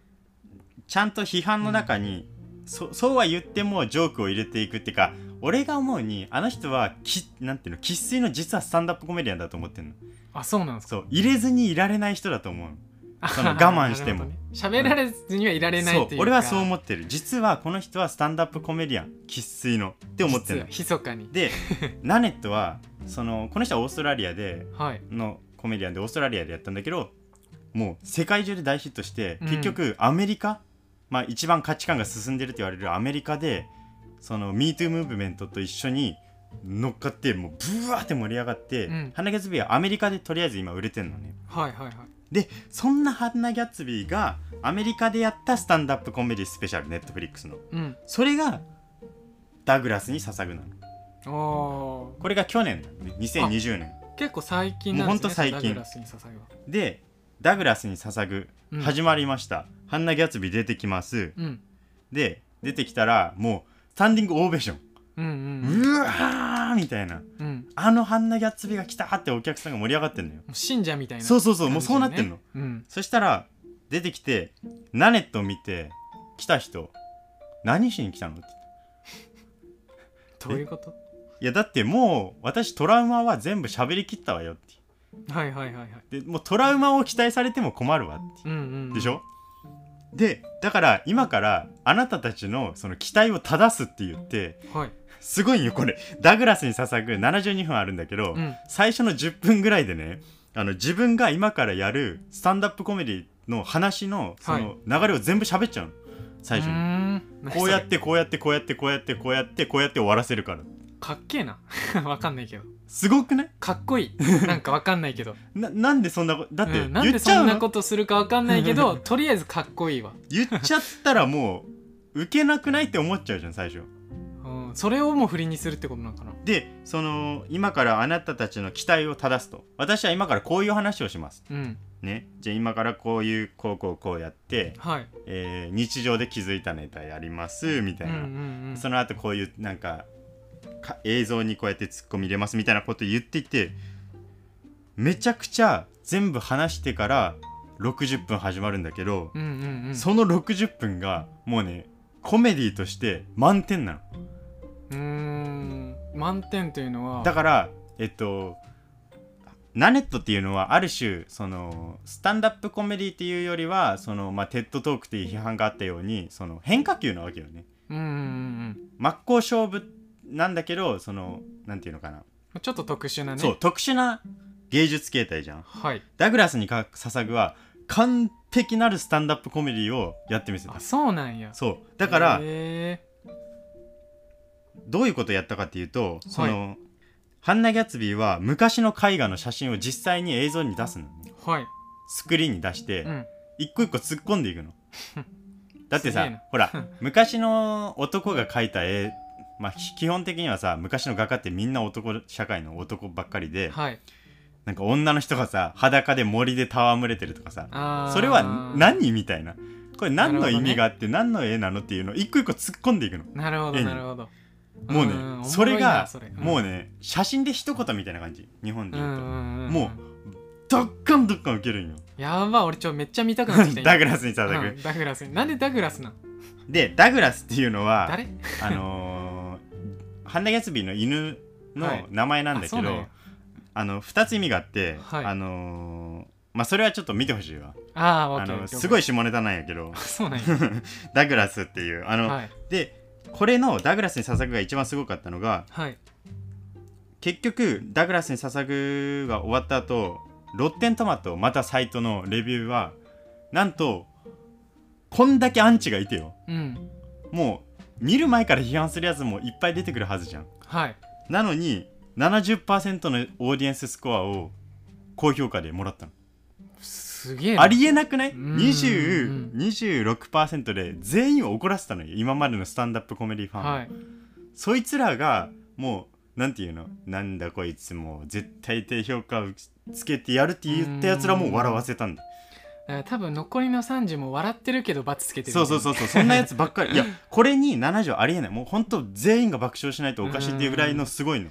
Speaker 2: ちゃんと批判の中に、そそうは言ってもジョークを入れていくっていうか俺が思うにあの人はきなんていうの生粋の実はスタンダップコメディアンだと思ってるの
Speaker 1: あそうなんですか
Speaker 2: そう入れずにいられない人だと思うの その
Speaker 1: なるほど
Speaker 2: 我 慢しても
Speaker 1: ね喋、られずにはいられない
Speaker 2: そ
Speaker 1: っていう
Speaker 2: 俺はそう
Speaker 1: っ
Speaker 2: 思ってる実はこの人はスタンダップコメディアン生粋のって
Speaker 1: て
Speaker 2: 思ってるの
Speaker 1: 密かに
Speaker 2: でナネットはそのこの人はオーストラリアで
Speaker 1: はい
Speaker 2: のコメディアンでオーストラリアでやったんだけどもう世界中で大ヒットして
Speaker 1: うん
Speaker 2: 結局アメリカ、まあ、一番価値観が進んでると言われるアメリカでその MeToo ムーブメントと一緒に乗っかってもうブワーって盛り上がって、
Speaker 1: うん
Speaker 2: ハンナ・ギャツビーはアメリカでとりあえず今売れてんのね
Speaker 1: はいはいはい
Speaker 2: でそんなハンナ・ギャツビーがアメリカでやったスタンダップコメディスペシャルネットフリックスの
Speaker 1: うん
Speaker 2: それがダグラスに捧ぐなの
Speaker 1: お
Speaker 2: これが去年なの2020年
Speaker 1: ー結構最近なんですね
Speaker 2: もうほんと最近
Speaker 1: ダグラスに捧ぐは
Speaker 2: でダグラスに捧ぐ
Speaker 1: うん
Speaker 2: 始まりました、ハンナ・ギャツビー出てきます
Speaker 1: うん
Speaker 2: で出てきたらもうスタンディングオーベーション、
Speaker 1: うん
Speaker 2: う
Speaker 1: うん
Speaker 2: わーみたいな
Speaker 1: うんうん
Speaker 2: あのハンナ・ギャツビーが来たってお客さんが盛り上がってんのよ
Speaker 1: もう信者みたいな
Speaker 2: そうそうそうもうそうなってんの、
Speaker 1: 感じだよね
Speaker 2: そしたら出てきてナネットを見て来た人何しに来たのって
Speaker 1: うんどういうこと
Speaker 2: いやだってもう私トラウマは全部喋りきったわよっ
Speaker 1: はいはいはいはい
Speaker 2: てでもうトラウマを期待されても困るわって
Speaker 1: うんうん
Speaker 2: でしょでだから今からあなたたちのその期待を正すって言って
Speaker 1: はい
Speaker 2: すごいよこれダグラスに捧ぐ72分あるんだけど、
Speaker 1: うん
Speaker 2: 最初の10分ぐらいでねあの自分が今からやるスタンダップコメディの話のその流れを全部喋っちゃうの最初
Speaker 1: う
Speaker 2: に。
Speaker 1: ーん 何それ
Speaker 2: こうやってこうやってこうやってこうやってこうやってこうやって終わらせるから
Speaker 1: かっけえな わかんないけど
Speaker 2: すごくない
Speaker 1: かっこ いいなんかわかんないけど、
Speaker 2: ななんでそんなことだって
Speaker 1: うん、なん
Speaker 2: 言
Speaker 1: で
Speaker 2: っちゃ
Speaker 1: そ
Speaker 2: うんの、
Speaker 1: なことするかわかんないけどとりあえずかっこいいわ、
Speaker 2: 言っちゃったらもう受けなくないって思っちゃうじゃん最初
Speaker 1: うん、それをもう振りにするってことなのかな
Speaker 2: でその今からあなたたちの期待を正すと私は今からこういう話をします
Speaker 1: うん
Speaker 2: ねじゃあ今からこういうこうこうこうやって、
Speaker 1: はい
Speaker 2: えー日常で気づいたネタやりますみた
Speaker 1: う
Speaker 2: い
Speaker 1: んう
Speaker 2: な、
Speaker 1: んうん
Speaker 2: その後こういうなんかか映像にこうやって突っ込み入れますみたいなこと言っていてめちゃくちゃ全部話してから60分始まるんだけど、
Speaker 1: うんうんうん
Speaker 2: その60分がもうねコメディとして満点なの。
Speaker 1: うーん満点というのは
Speaker 2: だからえっとナネットっていうのはある種そのスタンダップコメディっていうよりはその、まあ、テッドトークっていう批判があったようにその変化球なわけよね
Speaker 1: うんうんうん
Speaker 2: 真っ向勝負なんだけどそのなんていうのかな、
Speaker 1: うんちょっと特殊なね
Speaker 2: そう特殊な芸術形態じゃん
Speaker 1: はい
Speaker 2: ダグラスにか捧ぐは完璧なるスタンダップコメディをやってみせた
Speaker 1: あそうなんや
Speaker 2: そうだから、
Speaker 1: へ
Speaker 2: どういうことをやったかっていうとその、ハンナ・ギャツビーは昔の絵画の写真を実際に映像に出すのね
Speaker 1: ーはい
Speaker 2: スクリーンに出して、
Speaker 1: うん
Speaker 2: 一個一個突っ込んでい くのだ
Speaker 1: す
Speaker 2: って
Speaker 1: げえ
Speaker 2: さ
Speaker 1: な
Speaker 2: ほ ら昔の男が描いた絵まあひ基本的にはさ昔の画家ってみんな男社会の男ばっかりで
Speaker 1: はい
Speaker 2: なんか女の人がさ裸で森で戯れてるとかさ
Speaker 1: あー
Speaker 2: それは何みたいなこれ何の意味があって何の絵なのっていうのを一個一個突っ込んでいくの
Speaker 1: なるほど
Speaker 2: 絵に
Speaker 1: なるほど
Speaker 2: もうね
Speaker 1: んん
Speaker 2: そ
Speaker 1: おもろ
Speaker 2: れが
Speaker 1: いなそれ
Speaker 2: もうね写真で一言みたいな感じ日本で
Speaker 1: うんう
Speaker 2: 言うんと
Speaker 1: うんうん
Speaker 2: もうどっかんどっかんウケるんよ
Speaker 1: やば俺ちょめっちゃ見たくなってきた
Speaker 2: ダ
Speaker 1: グ
Speaker 2: グラスに叩く
Speaker 1: ダグラスなんでダグラスなん
Speaker 2: でダグラスっていうのは
Speaker 1: 誰
Speaker 2: あのー、ハンダ・ギャツビーの犬
Speaker 1: はい
Speaker 2: の名前なんだけ
Speaker 1: あそ
Speaker 2: ど、
Speaker 1: うなんや
Speaker 2: あの2つ意味があって、
Speaker 1: はい
Speaker 2: あのーまあそれはちょっと見てほしいわ
Speaker 1: ああオ
Speaker 2: あ
Speaker 1: ッケーオ
Speaker 2: の
Speaker 1: ッケー
Speaker 2: すごい下ネタなんやけど
Speaker 1: そうなんや
Speaker 2: ダグラスっていう あの、
Speaker 1: はい
Speaker 2: でこれのダグラスに捧ぐが一番すごかったのが
Speaker 1: はい
Speaker 2: 結局ダグラスに捧ぐが終わった後ロッテントマトまたサイトのレビューはなんとこんだけアンチがいてよ
Speaker 1: うん
Speaker 2: もう見る前から批判するやつもいっぱい出てくるはずじゃん
Speaker 1: はい
Speaker 2: なのに70%のオーディエンススコアを高評価でもらったの
Speaker 1: すげえな
Speaker 2: ありえなくない
Speaker 1: うん
Speaker 2: 20 26%で全員を怒らせたのよ今までのスタンダップコメディファンは、
Speaker 1: はい
Speaker 2: そいつらがもうなんていうのなんだこいつもう絶対低評価をつけてやるって言ったやつらも笑わせたんだ
Speaker 1: だから多分残りの30も笑ってるけど罰つけてる
Speaker 2: そうそう
Speaker 1: う
Speaker 2: そうそうそんなやつばっかりいやこれに70ありえないもうほんと全員が爆笑しないとおかしいっていうぐらいのすごいの
Speaker 1: い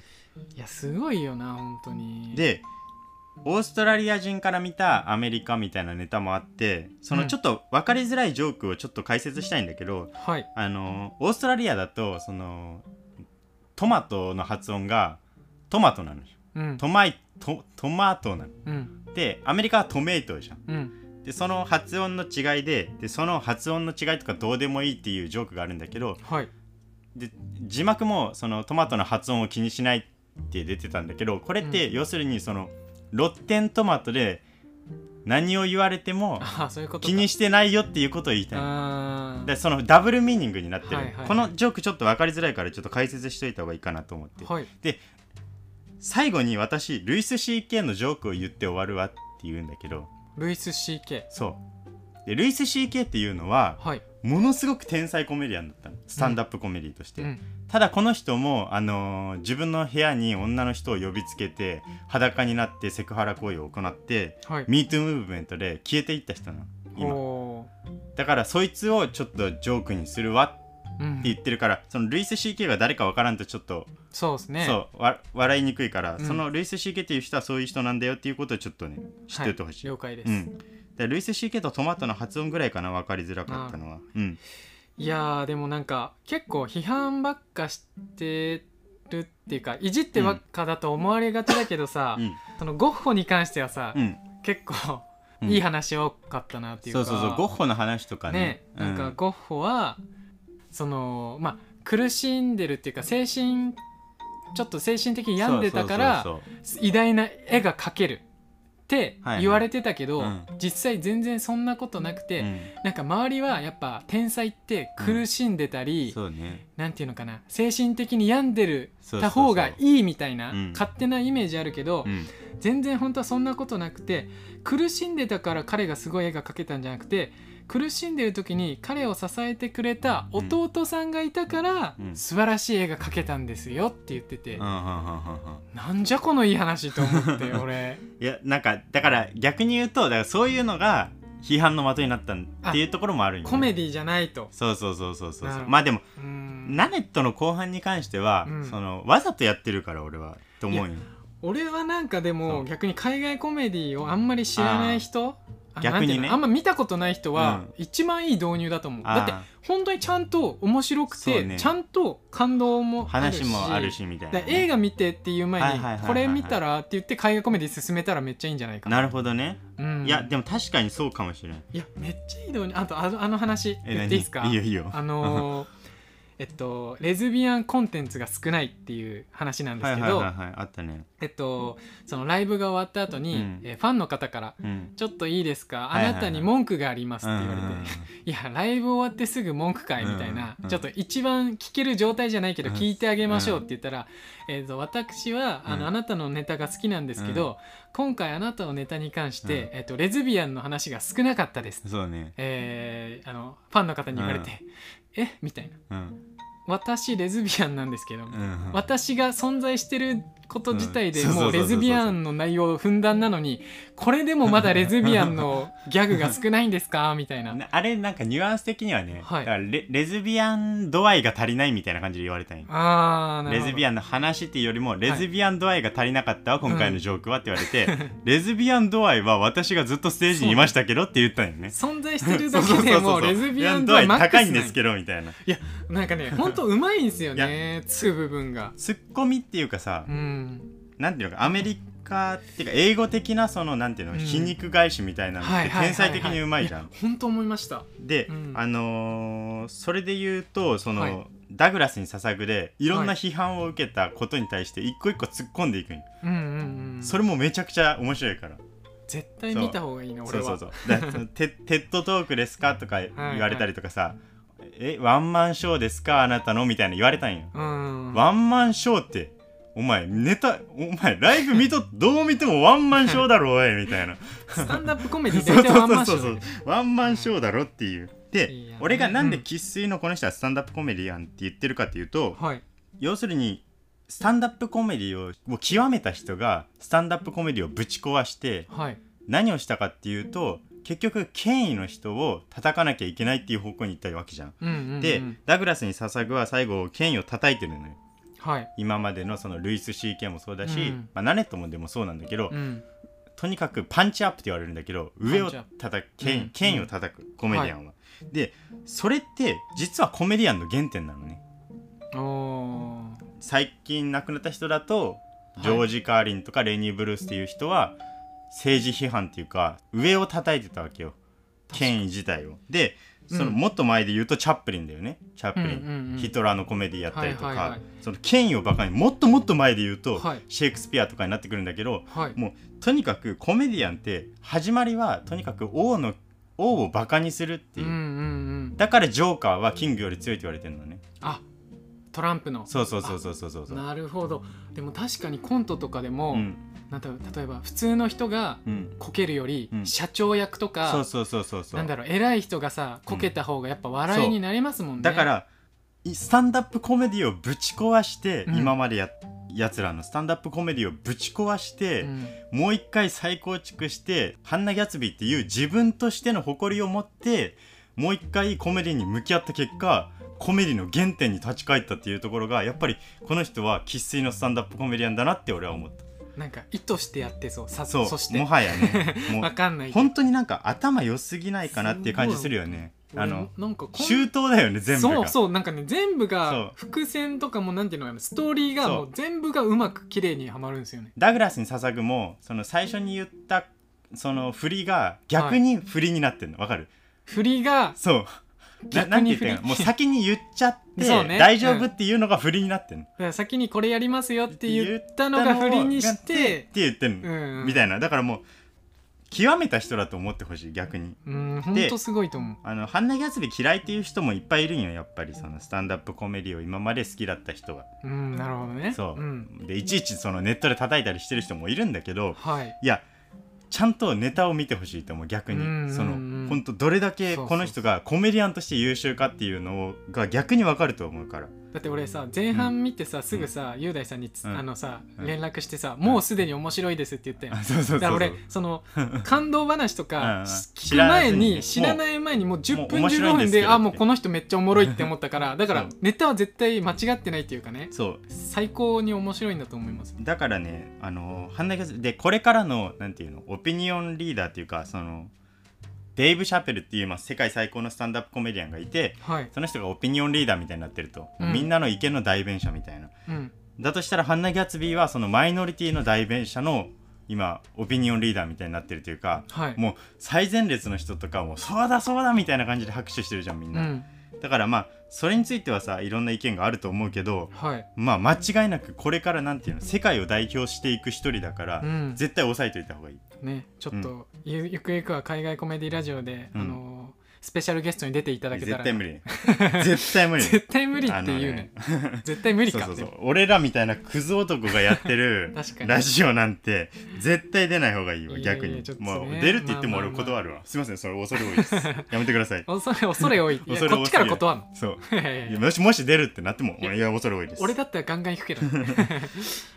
Speaker 1: やすごいよな本当に
Speaker 2: でオーストラリア人から見たアメリカみたいなネタもあってそのちょっと分かりづらいジョークをちょっと解説したいんだけど、
Speaker 1: はい
Speaker 2: あのオーストラリアだとそのトマトの発音がトマトなのよ
Speaker 1: うん
Speaker 2: トマイトトマトなの
Speaker 1: うん
Speaker 2: でアメリカはトメイトじゃん
Speaker 1: うん
Speaker 2: でその発音の違いででその発音の違いとかどうでもいいっていうジョークがあるんだけど
Speaker 1: はい
Speaker 2: で字幕もそのトマトの発音を気にしないって出てたんだけどこれって要するにその、ロッテントマトで何を言われても
Speaker 1: ああそういうことか
Speaker 2: 気にしてないよっていうことを言いたいの
Speaker 1: あ
Speaker 2: でそのダブルミーニングになってる、
Speaker 1: はいはいはい
Speaker 2: このジョークちょっと分かりづらいからちょっと解説しといた方がいいかなと思って、
Speaker 1: ーはい
Speaker 2: 最後に私ルイス CK のジョークを言って終わるわって言うんだけど
Speaker 1: ルイス CK
Speaker 2: そうでルイス CK っていうのは
Speaker 1: はい
Speaker 2: ものすごく天才コメディアンだったのスタンダップコメディとして、
Speaker 1: うん
Speaker 2: ただこの人も、あのー自分の部屋に女の人を呼びつけて裸になってセクハラ行為を行って
Speaker 1: はい
Speaker 2: MeToo ムーブメントで消えていった人なの今
Speaker 1: お
Speaker 2: だからそいつをちょっとジョークにするわって
Speaker 1: ーうん
Speaker 2: 言ってるからそのルイス CK が誰かわからんとちょっと、
Speaker 1: そうですね
Speaker 2: そうわ笑いにくいから、
Speaker 1: うん
Speaker 2: そのルイス CK っていう人はそういう人なんだよっていうことをちょっとね知っておいてほしい、
Speaker 1: 了解です、
Speaker 2: うん、でルイス CK とトマトの発音ぐらいかな分かりづらかったのは、うん、
Speaker 1: いやーでもなんか結構批判ばっかしてるっていうかいじってばっかだと思われがちだけどさ、
Speaker 2: うん
Speaker 1: そのゴッホに関してはさ、
Speaker 2: うん
Speaker 1: 結構
Speaker 2: うん
Speaker 1: いい話多かったなっていうか、
Speaker 2: そうそうそうゴッホの話とかね
Speaker 1: ねなんかゴッホはそのまあ苦しんでるっていうか精神ちょっと精神的に病んでたから
Speaker 2: そうそうそう
Speaker 1: 偉大な絵が描けるって
Speaker 2: はいはい
Speaker 1: 言われてたけど、
Speaker 2: うん
Speaker 1: 実際全然そんなことなくて、
Speaker 2: そう
Speaker 1: なんか周りはやっぱ天才って苦しんでたり、
Speaker 2: うんそうね
Speaker 1: なんていうのかな精神的に病んでる
Speaker 2: そうそうそ
Speaker 1: た
Speaker 2: う
Speaker 1: 方がいいみたいな
Speaker 2: うん
Speaker 1: 勝手なイメージあるけど、
Speaker 2: うん
Speaker 1: 全然本当はそんなことなくて苦しんでたから彼がすごい絵が描けたんじゃなくて苦しんでる時に彼を支えてくれた弟さんがいたから、
Speaker 2: うん
Speaker 1: 素晴らしい絵が描けたんですよって言ってて、
Speaker 2: うんうんうんうんうん
Speaker 1: なんじゃこのいい話と思って俺
Speaker 2: いやなんかだから逆に言うとだからそういうのが批判の的になったんっていうところもあるんよね
Speaker 1: コメディじゃないと。
Speaker 2: そうそうそうそうそう
Speaker 1: なる
Speaker 2: そ
Speaker 1: ほ
Speaker 2: う
Speaker 1: ど
Speaker 2: まあでも
Speaker 1: うん
Speaker 2: ナネットの後半に関しては、
Speaker 1: うん
Speaker 2: そのわざとやってるから俺はと思うよ
Speaker 1: 俺はなんかで
Speaker 2: そ
Speaker 1: も
Speaker 2: う
Speaker 1: 逆に海外コメディをあんまり知らない人あ
Speaker 2: 逆にね
Speaker 1: なんていうのあんま見たことない人は
Speaker 2: うん
Speaker 1: 一番いい導入だと思う、
Speaker 2: あ
Speaker 1: だ
Speaker 2: ー
Speaker 1: って本当にちゃんと面白く
Speaker 2: そ
Speaker 1: て、
Speaker 2: うね
Speaker 1: ちゃんと感動もあるし
Speaker 2: 話もあるしみたいな
Speaker 1: だか
Speaker 2: ね、
Speaker 1: ら映画見てっていう
Speaker 2: はい
Speaker 1: 前
Speaker 2: はいはいはい
Speaker 1: に
Speaker 2: はい
Speaker 1: これ見たらって言って海外コメディ進めたらめっちゃいいんじゃないか
Speaker 2: なるほどね、
Speaker 1: うん
Speaker 2: いやでも確かにそうかもしれない
Speaker 1: いやめっちゃいい導入あとあのあの話
Speaker 2: え
Speaker 1: 言っていいですか
Speaker 2: 何いいよいいよ
Speaker 1: あのー えっとレズビアンコンテンツが少ないっていう話なんで
Speaker 2: は
Speaker 1: す
Speaker 2: い
Speaker 1: け
Speaker 2: はい
Speaker 1: ど
Speaker 2: はいはいあったね
Speaker 1: えっとそのライブが終わった後に、
Speaker 2: うん
Speaker 1: えーファンの方から
Speaker 2: うん
Speaker 1: 「 ちょっといいですか
Speaker 2: は
Speaker 1: あ
Speaker 2: いはい
Speaker 1: な
Speaker 2: はい
Speaker 1: たに文句があります」って言われて「
Speaker 2: うんうんうん
Speaker 1: いやライブ終わってすぐ文句かい」みたいな、
Speaker 2: うんうん
Speaker 1: ちょっと一番聞ける状態じゃないけど
Speaker 2: うん
Speaker 1: 聞いてあげましょうって言ったら「えー、と私はあの、
Speaker 2: うん
Speaker 1: あなたのネタが好きなんですけど、今回あなたのネタに関して、えっとレズビアンの話が少なかったです」
Speaker 2: そうね
Speaker 1: えーあのファンの方に言われて「えみたいな
Speaker 2: うん
Speaker 1: 「私レズビアンなんですけど」
Speaker 2: うん
Speaker 1: 私が存在してること自体で
Speaker 2: うん
Speaker 1: もうレズビアンの内容ふんだんなのにこれでもまだレズビアンのギャグが少ないんです かみたいな。
Speaker 2: なあれなんかニュアンス的にはね、
Speaker 1: はい
Speaker 2: だからレレズビアン度合いが足りないみたいな感じで言われたんよ
Speaker 1: あーなる
Speaker 2: レ
Speaker 1: ほど
Speaker 2: ズビアンの話っていうよりもレズビアン度合いが足りなかったわ、今回のジョークはって言われて、レズビアン度合いは私がずっとステージにいましたけどって言ったんよね
Speaker 1: 存在してるだけでもうレズビアン度はマックス
Speaker 2: 高
Speaker 1: ない
Speaker 2: んですけどみたいな
Speaker 1: なんかねほんとうまいんですよねつう部分が。
Speaker 2: ツッコミっていうかさ、
Speaker 1: うん、
Speaker 2: なんていうのかアメリカっていうか英語的なそのなんていうの、
Speaker 1: うん
Speaker 2: 皮肉返しみたいなのって天才的にうまいじゃん。
Speaker 1: ほんと思いました。
Speaker 2: で、
Speaker 1: うん
Speaker 2: あのーそれで言うとその、
Speaker 1: はい
Speaker 2: ダグラスに捧ぐでいろん
Speaker 1: は
Speaker 2: な
Speaker 1: い
Speaker 2: 批判を受けたことに対して一個一個突っ込んでいくんよ、
Speaker 1: うんうんうん、
Speaker 2: それもめちゃくちゃ面白いから。
Speaker 1: 絶対見た方がいいな
Speaker 2: そ
Speaker 1: 俺
Speaker 2: うそ
Speaker 1: は。
Speaker 2: うそうだからそのテ テッドトークですかとか言われたりとかさ「えワンマンショーですかあなたの」みたいな言われたんよ、
Speaker 1: うん
Speaker 2: ワンマンショーってお前ネタお前ライブ見とどう見てもワンマンショーだろおいみたいな
Speaker 1: スタンダップコメディ
Speaker 2: そ
Speaker 1: 大
Speaker 2: う
Speaker 1: 体
Speaker 2: そ
Speaker 1: ワ
Speaker 2: う
Speaker 1: ンマ
Speaker 2: そう
Speaker 1: ンショ
Speaker 2: そう
Speaker 1: ン
Speaker 2: そうワンマンショーだろっていうで
Speaker 1: いいや
Speaker 2: 俺がなんで
Speaker 1: うん
Speaker 2: 生粋のこの人はスタンダップコメディアンって言ってるかっていうと
Speaker 1: はい。
Speaker 2: 要するにスタンダップコメディをもう極めた人がスタンダップコメディをぶち壊して
Speaker 1: はい。
Speaker 2: 何をしたかっていうと結局権威の人を叩かなきゃいけないっていう方向に行ったわけじゃん。
Speaker 1: うんうんうん、
Speaker 2: で、ダグラスに捧ぐは最後権威を叩いてるのよ。
Speaker 1: はい。
Speaker 2: 今までのそのルイス CK もそうだし、
Speaker 1: うん
Speaker 2: まあ、ナネットもでもそうなんだけど、
Speaker 1: うん
Speaker 2: とにかくパンチアップって言われるんだけど上を
Speaker 1: パン
Speaker 2: 叩
Speaker 1: う
Speaker 2: く権
Speaker 1: ん
Speaker 2: 権威を叩くコメディアンは。でそれって実はコメディアンの原点なのね。
Speaker 1: おー
Speaker 2: 最近亡くなった人だと
Speaker 1: い
Speaker 2: ジョージ・カーリンとかレニー・ブルースっていう人は政治批判っていうか上を叩いてたわけよ権威自体をでその
Speaker 1: うん
Speaker 2: もっと前で言うとチャップリンだよねチャップリン、
Speaker 1: うんうんうん
Speaker 2: ヒトラーのコメディやったりとか、
Speaker 1: はいはいはい
Speaker 2: その権威をバカにもっともっと前で言うと、
Speaker 1: はい
Speaker 2: シェイクスピアとかになってくるんだけど
Speaker 1: はい。
Speaker 2: もうとにかくコメディアンって始まりはとにかく王の王をバカにするっていう、
Speaker 1: うんうんうん。
Speaker 2: だからジョーカーはキングより強いって言われてるのね
Speaker 1: あ、トランプの。
Speaker 2: そうそうそうそうそうそうそう
Speaker 1: なるほど。でも確かにコントとかでも、
Speaker 2: うん
Speaker 1: なんだろう例えば普通の人が
Speaker 2: うん
Speaker 1: こけるより、
Speaker 2: うん
Speaker 1: 社長役とか、
Speaker 2: そうそうそうそうそう
Speaker 1: なんだろう偉い人がさこけた方がやっぱ笑いになりますもんね。
Speaker 2: だからいスタンダップコメディをぶち壊して、
Speaker 1: うん
Speaker 2: 今までややつらのスタンダップコメディをぶち壊して、
Speaker 1: うん
Speaker 2: もう一回再構築してハンナ・ギャツビーっていう自分としての誇りを持ってもう一回コメディに向き合った結果コメディの原点に立ち返ったっていうところがやっぱりこの人は生粋のスタンダップコメディアンだなって俺は思っ
Speaker 1: なんか意図してやってそう。さ
Speaker 2: たそう
Speaker 1: そして
Speaker 2: もはやね も
Speaker 1: わ
Speaker 2: う
Speaker 1: かんないけど。
Speaker 2: 本当になんか頭良すぎないかなっていう感じするよねあの
Speaker 1: 俺なんかこん
Speaker 2: 周到だよね全部が
Speaker 1: そうそうなんかね全部
Speaker 2: そう
Speaker 1: が伏線とかもなんていうのかなストーリーが
Speaker 2: そう
Speaker 1: もう全部がうまく綺麗にはまるんですよね。
Speaker 2: ダグラスに捧ぐもその最初に言ったその振りが逆に振りになってるのわかる
Speaker 1: 振りが
Speaker 2: そう
Speaker 1: 逆に
Speaker 2: ななんて言ったんや
Speaker 1: 振り
Speaker 2: もう先に言っちゃって、
Speaker 1: そうね
Speaker 2: 大丈夫っていうのが振りになってるの、
Speaker 1: だから先にこれやりますよって言ったのが振りにして
Speaker 2: って言ってんの、
Speaker 1: うんうん
Speaker 2: みたいなだからもう極めた人だと思ってほしい逆に
Speaker 1: うん本当すごいと思う
Speaker 2: あのハンナ・ギャツビー嫌いっていう人もいっぱいいるんよやっぱりそのスタンダップコメディを今まで好きだった人が
Speaker 1: うんなるほどね
Speaker 2: そう、
Speaker 1: ん、
Speaker 2: でいちいちそのネットで叩いたりしてる人もいるんだけど
Speaker 1: はい
Speaker 2: いやちゃんとネタを見てほしいと思う逆に、
Speaker 1: うんうんうん
Speaker 2: その本当どれだ
Speaker 1: そう
Speaker 2: け
Speaker 1: そう
Speaker 2: この人がコメディアンとして優秀かっていうのが逆にわかると思うから
Speaker 1: だって俺さ前半見てさ、すぐさ雄大さんにつ、
Speaker 2: うん
Speaker 1: あのさ、
Speaker 2: うん
Speaker 1: 連絡してさ、もうすでに面白いですって言ったよ、
Speaker 2: あ そうそうそう
Speaker 1: だから
Speaker 2: そう
Speaker 1: 俺その 感動話と
Speaker 2: うんう
Speaker 1: か
Speaker 2: ん
Speaker 1: 聞く前に知
Speaker 2: 知
Speaker 1: ら
Speaker 2: ら
Speaker 1: ない前にもう10分
Speaker 2: もう面白い
Speaker 1: 15
Speaker 2: んで
Speaker 1: 分
Speaker 2: すけ
Speaker 1: で
Speaker 2: ど
Speaker 1: あもうこの人めっちゃおもろいって思ったからだから
Speaker 2: そう
Speaker 1: ネタは絶対間違ってないっていうかね
Speaker 2: そう
Speaker 1: 最高に面白いんだと思います
Speaker 2: だからねあのハンナ・ギャツビーでこれからのなんていうのオピニオンリーダーっていうかそのデイブ・シャペルっていう、まあ、世界最高のスタンダップコメディアンがいて
Speaker 1: はい、
Speaker 2: その人がオピニオンリーダーみたいになってると、
Speaker 1: うん
Speaker 2: みんなの意見の代弁者みたいな
Speaker 1: うん、
Speaker 2: だとしたらハンナ・ギャツビーはそのマイノリティの代弁者の今オピニオンリーダーみたいになってるというか
Speaker 1: はい
Speaker 2: もう最前列の人とかもそうだそうだみたいな感じで拍手してるじゃんみん
Speaker 1: う
Speaker 2: な、
Speaker 1: ん
Speaker 2: だからまあそれについてはさいろんな意見があると思うけど
Speaker 1: はい
Speaker 2: まあ間違いなくこれからなんていうの世界を代表していく一人だから、
Speaker 1: うん
Speaker 2: 絶対押さえといた方がいい
Speaker 1: ねちょっと、ゆゆくゆくは海外コメディラジオで、
Speaker 2: うん
Speaker 1: あのースペシャルゲストに出ていただけたら
Speaker 2: 絶対無理 絶対無理
Speaker 1: 絶対無理って言うね
Speaker 2: あの ね
Speaker 1: 絶対無理
Speaker 2: そう
Speaker 1: か
Speaker 2: そう
Speaker 1: で
Speaker 2: そう
Speaker 1: も
Speaker 2: 俺らみたいなクズ男がやってる
Speaker 1: 確かに
Speaker 2: ラジオなんて絶対出ない方がいいわ
Speaker 1: いやいや
Speaker 2: 逆に
Speaker 1: ちょっとね
Speaker 2: もう出るって言っても
Speaker 1: まあま
Speaker 2: 俺
Speaker 1: あまあ
Speaker 2: 断るわ、すいませんそれ恐れ多 いですやめてください
Speaker 1: 恐れ恐れ多いいや
Speaker 2: 恐れ多すぎる
Speaker 1: こっちから断るの
Speaker 2: そ
Speaker 1: い
Speaker 2: う
Speaker 1: やいやい
Speaker 2: いや
Speaker 1: や
Speaker 2: もしもし出るってなっても
Speaker 1: いや
Speaker 2: いや恐れ多いです
Speaker 1: 俺だったらガンガン引くけど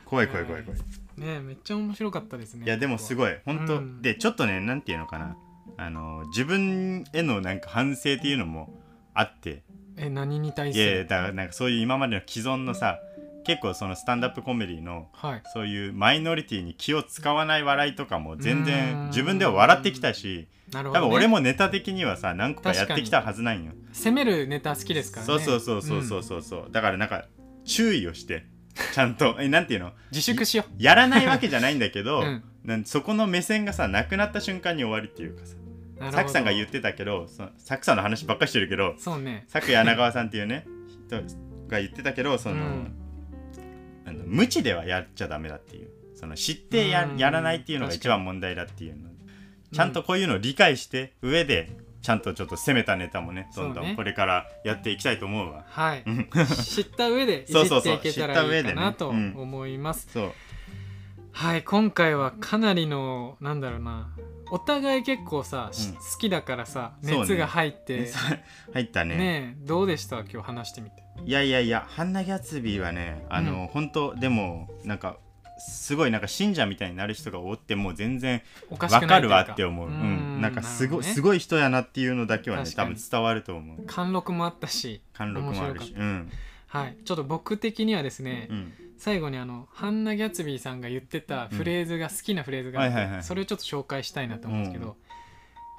Speaker 2: 怖い怖い怖い怖い
Speaker 1: ねめっちゃ面白かったですね
Speaker 2: いやでもすごい本当、
Speaker 1: うん
Speaker 2: でちょっとねなんていうのかなあの自分へのなんか反省っていうのもあって
Speaker 1: え何に対
Speaker 2: い
Speaker 1: す
Speaker 2: やいや
Speaker 1: る
Speaker 2: だからなんかそういう今までの既存のさ結構そのスタンダップコメディの
Speaker 1: はい
Speaker 2: そういうマイノリティに気を使わない笑いとかも全
Speaker 1: うーん
Speaker 2: 然自分では笑ってきたし
Speaker 1: なるほ
Speaker 2: 多
Speaker 1: ど、ね、
Speaker 2: 分俺もネタ的にはさ何個かや
Speaker 1: 確
Speaker 2: っ
Speaker 1: かに
Speaker 2: てきたはずなんよ、
Speaker 1: 攻めるネタ好きですからね
Speaker 2: そうそうそうそうそうそうそうだからなんか注意をしてちゃんとえなんていうの
Speaker 1: 自粛しよ
Speaker 2: やらないわけじゃないんだけ
Speaker 1: う、
Speaker 2: ど、
Speaker 1: うん、
Speaker 2: なんそこの目線がさなくなった瞬間に終わりっていうかさ
Speaker 1: なるほど
Speaker 2: サクさんが言ってたけどそのサクさんの話ばっかりしてるけど
Speaker 1: そうね
Speaker 2: サク柳川さんっていうね人が言ってたけどその、
Speaker 1: うん
Speaker 2: あの無知ではやっちゃダメだっていうその知ってや
Speaker 1: うん
Speaker 2: やらないっていうのが
Speaker 1: 確
Speaker 2: 一番問題だっていうのちゃんとこういうのを理解して上でちゃんとちょっと攻めたネタもねどんど
Speaker 1: そうね
Speaker 2: んこれからやっていきたいと思うわ
Speaker 1: はい
Speaker 2: うん
Speaker 1: 知った上でいじ
Speaker 2: そうそ
Speaker 1: っ
Speaker 2: うそ
Speaker 1: ていうけた
Speaker 2: 知った
Speaker 1: らいい
Speaker 2: 上で
Speaker 1: か
Speaker 2: ね
Speaker 1: なと
Speaker 2: うん
Speaker 1: 思います
Speaker 2: そう
Speaker 1: はい今回はかなりのなんだろうなお互い結構さ、し
Speaker 2: うん
Speaker 1: 好きだからさ
Speaker 2: そうね
Speaker 1: 熱が入って
Speaker 2: そう入った
Speaker 1: ね
Speaker 2: ね
Speaker 1: えどうでした今日話してみて
Speaker 2: いやいやいやハンナ・ギャツビーはねあの、
Speaker 1: うん
Speaker 2: 本当でもなんかすごいなんか信者みたいになる人がおってもう全然
Speaker 1: おか
Speaker 2: わ
Speaker 1: しくな
Speaker 2: か
Speaker 1: いとい
Speaker 2: る
Speaker 1: う
Speaker 2: わって思う、うん、なんかすごい、す
Speaker 1: ごい
Speaker 2: ごい人やなっていうのだけはね
Speaker 1: 確か
Speaker 2: 多
Speaker 1: に
Speaker 2: 分伝わると思う
Speaker 1: 貫禄もあったし
Speaker 2: 貫禄もある
Speaker 1: 面
Speaker 2: し
Speaker 1: 白
Speaker 2: うん、
Speaker 1: はいちょっと僕的にはですね、
Speaker 2: うん、
Speaker 1: 最後にあのハンナ・ギャツビーさんが言ってたフレーズが、好きなフレーズがあって、
Speaker 2: はいはいはい
Speaker 1: それをちょっと紹介したいなと思うんですけど、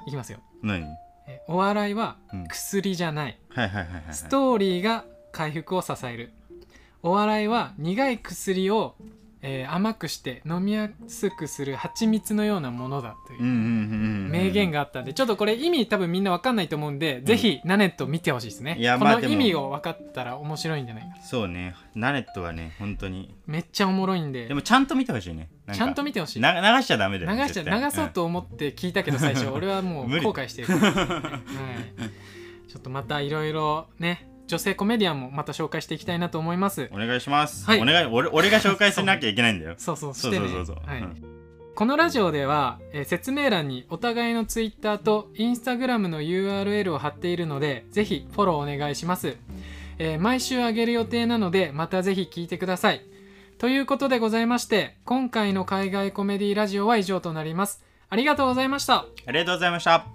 Speaker 1: いきますよ
Speaker 2: 何
Speaker 1: えお笑いは
Speaker 2: うん
Speaker 1: 薬じゃない、
Speaker 2: はいはいはいはいはい
Speaker 1: ストーリーが回復を支えるお笑いは苦い薬を、えー甘くして飲みやすくする蜂蜜のようなものだと
Speaker 2: うん
Speaker 1: いううん
Speaker 2: うんうん
Speaker 1: 名言
Speaker 2: が
Speaker 1: があったんでちょっとこれ意味多分みんな分かんないと思うんで、ぜひナネット見てほしいですね
Speaker 2: いや
Speaker 1: こ
Speaker 2: まあ
Speaker 1: の
Speaker 2: でも
Speaker 1: 意味を分かったら面白いんじゃないかな
Speaker 2: そうねナレットはね本当に
Speaker 1: めっちゃおもろいんで
Speaker 2: でもちゃんと見てほしいねなか
Speaker 1: ちゃんと見てほしい
Speaker 2: な流しちゃダメだよね
Speaker 1: 流しちゃ
Speaker 2: 絶対
Speaker 1: 流そうと思って聞いたけど最初俺は もう
Speaker 2: 無理
Speaker 1: 後悔してるから、はい、ちょっとまたいろいろね女性コメディアンもまた紹介していきたいなと思います
Speaker 2: うんお願いします、
Speaker 1: はい
Speaker 2: お願い俺俺が紹介しなきゃいけないんだよ
Speaker 1: そうそうし
Speaker 2: そう
Speaker 1: て
Speaker 2: そ
Speaker 1: ね
Speaker 2: うそうそう、
Speaker 1: はい
Speaker 2: うん
Speaker 1: このラジオでは、えー説明欄にお互いの Twitter と Instagram の URL を貼っているのでぜひフォローお願いします、えー毎週あげる予定なのでまたぜひ聞いてくださいということでございまして今回の海外コメディラジオは以上となりますありがとうございました
Speaker 2: ありがとうございました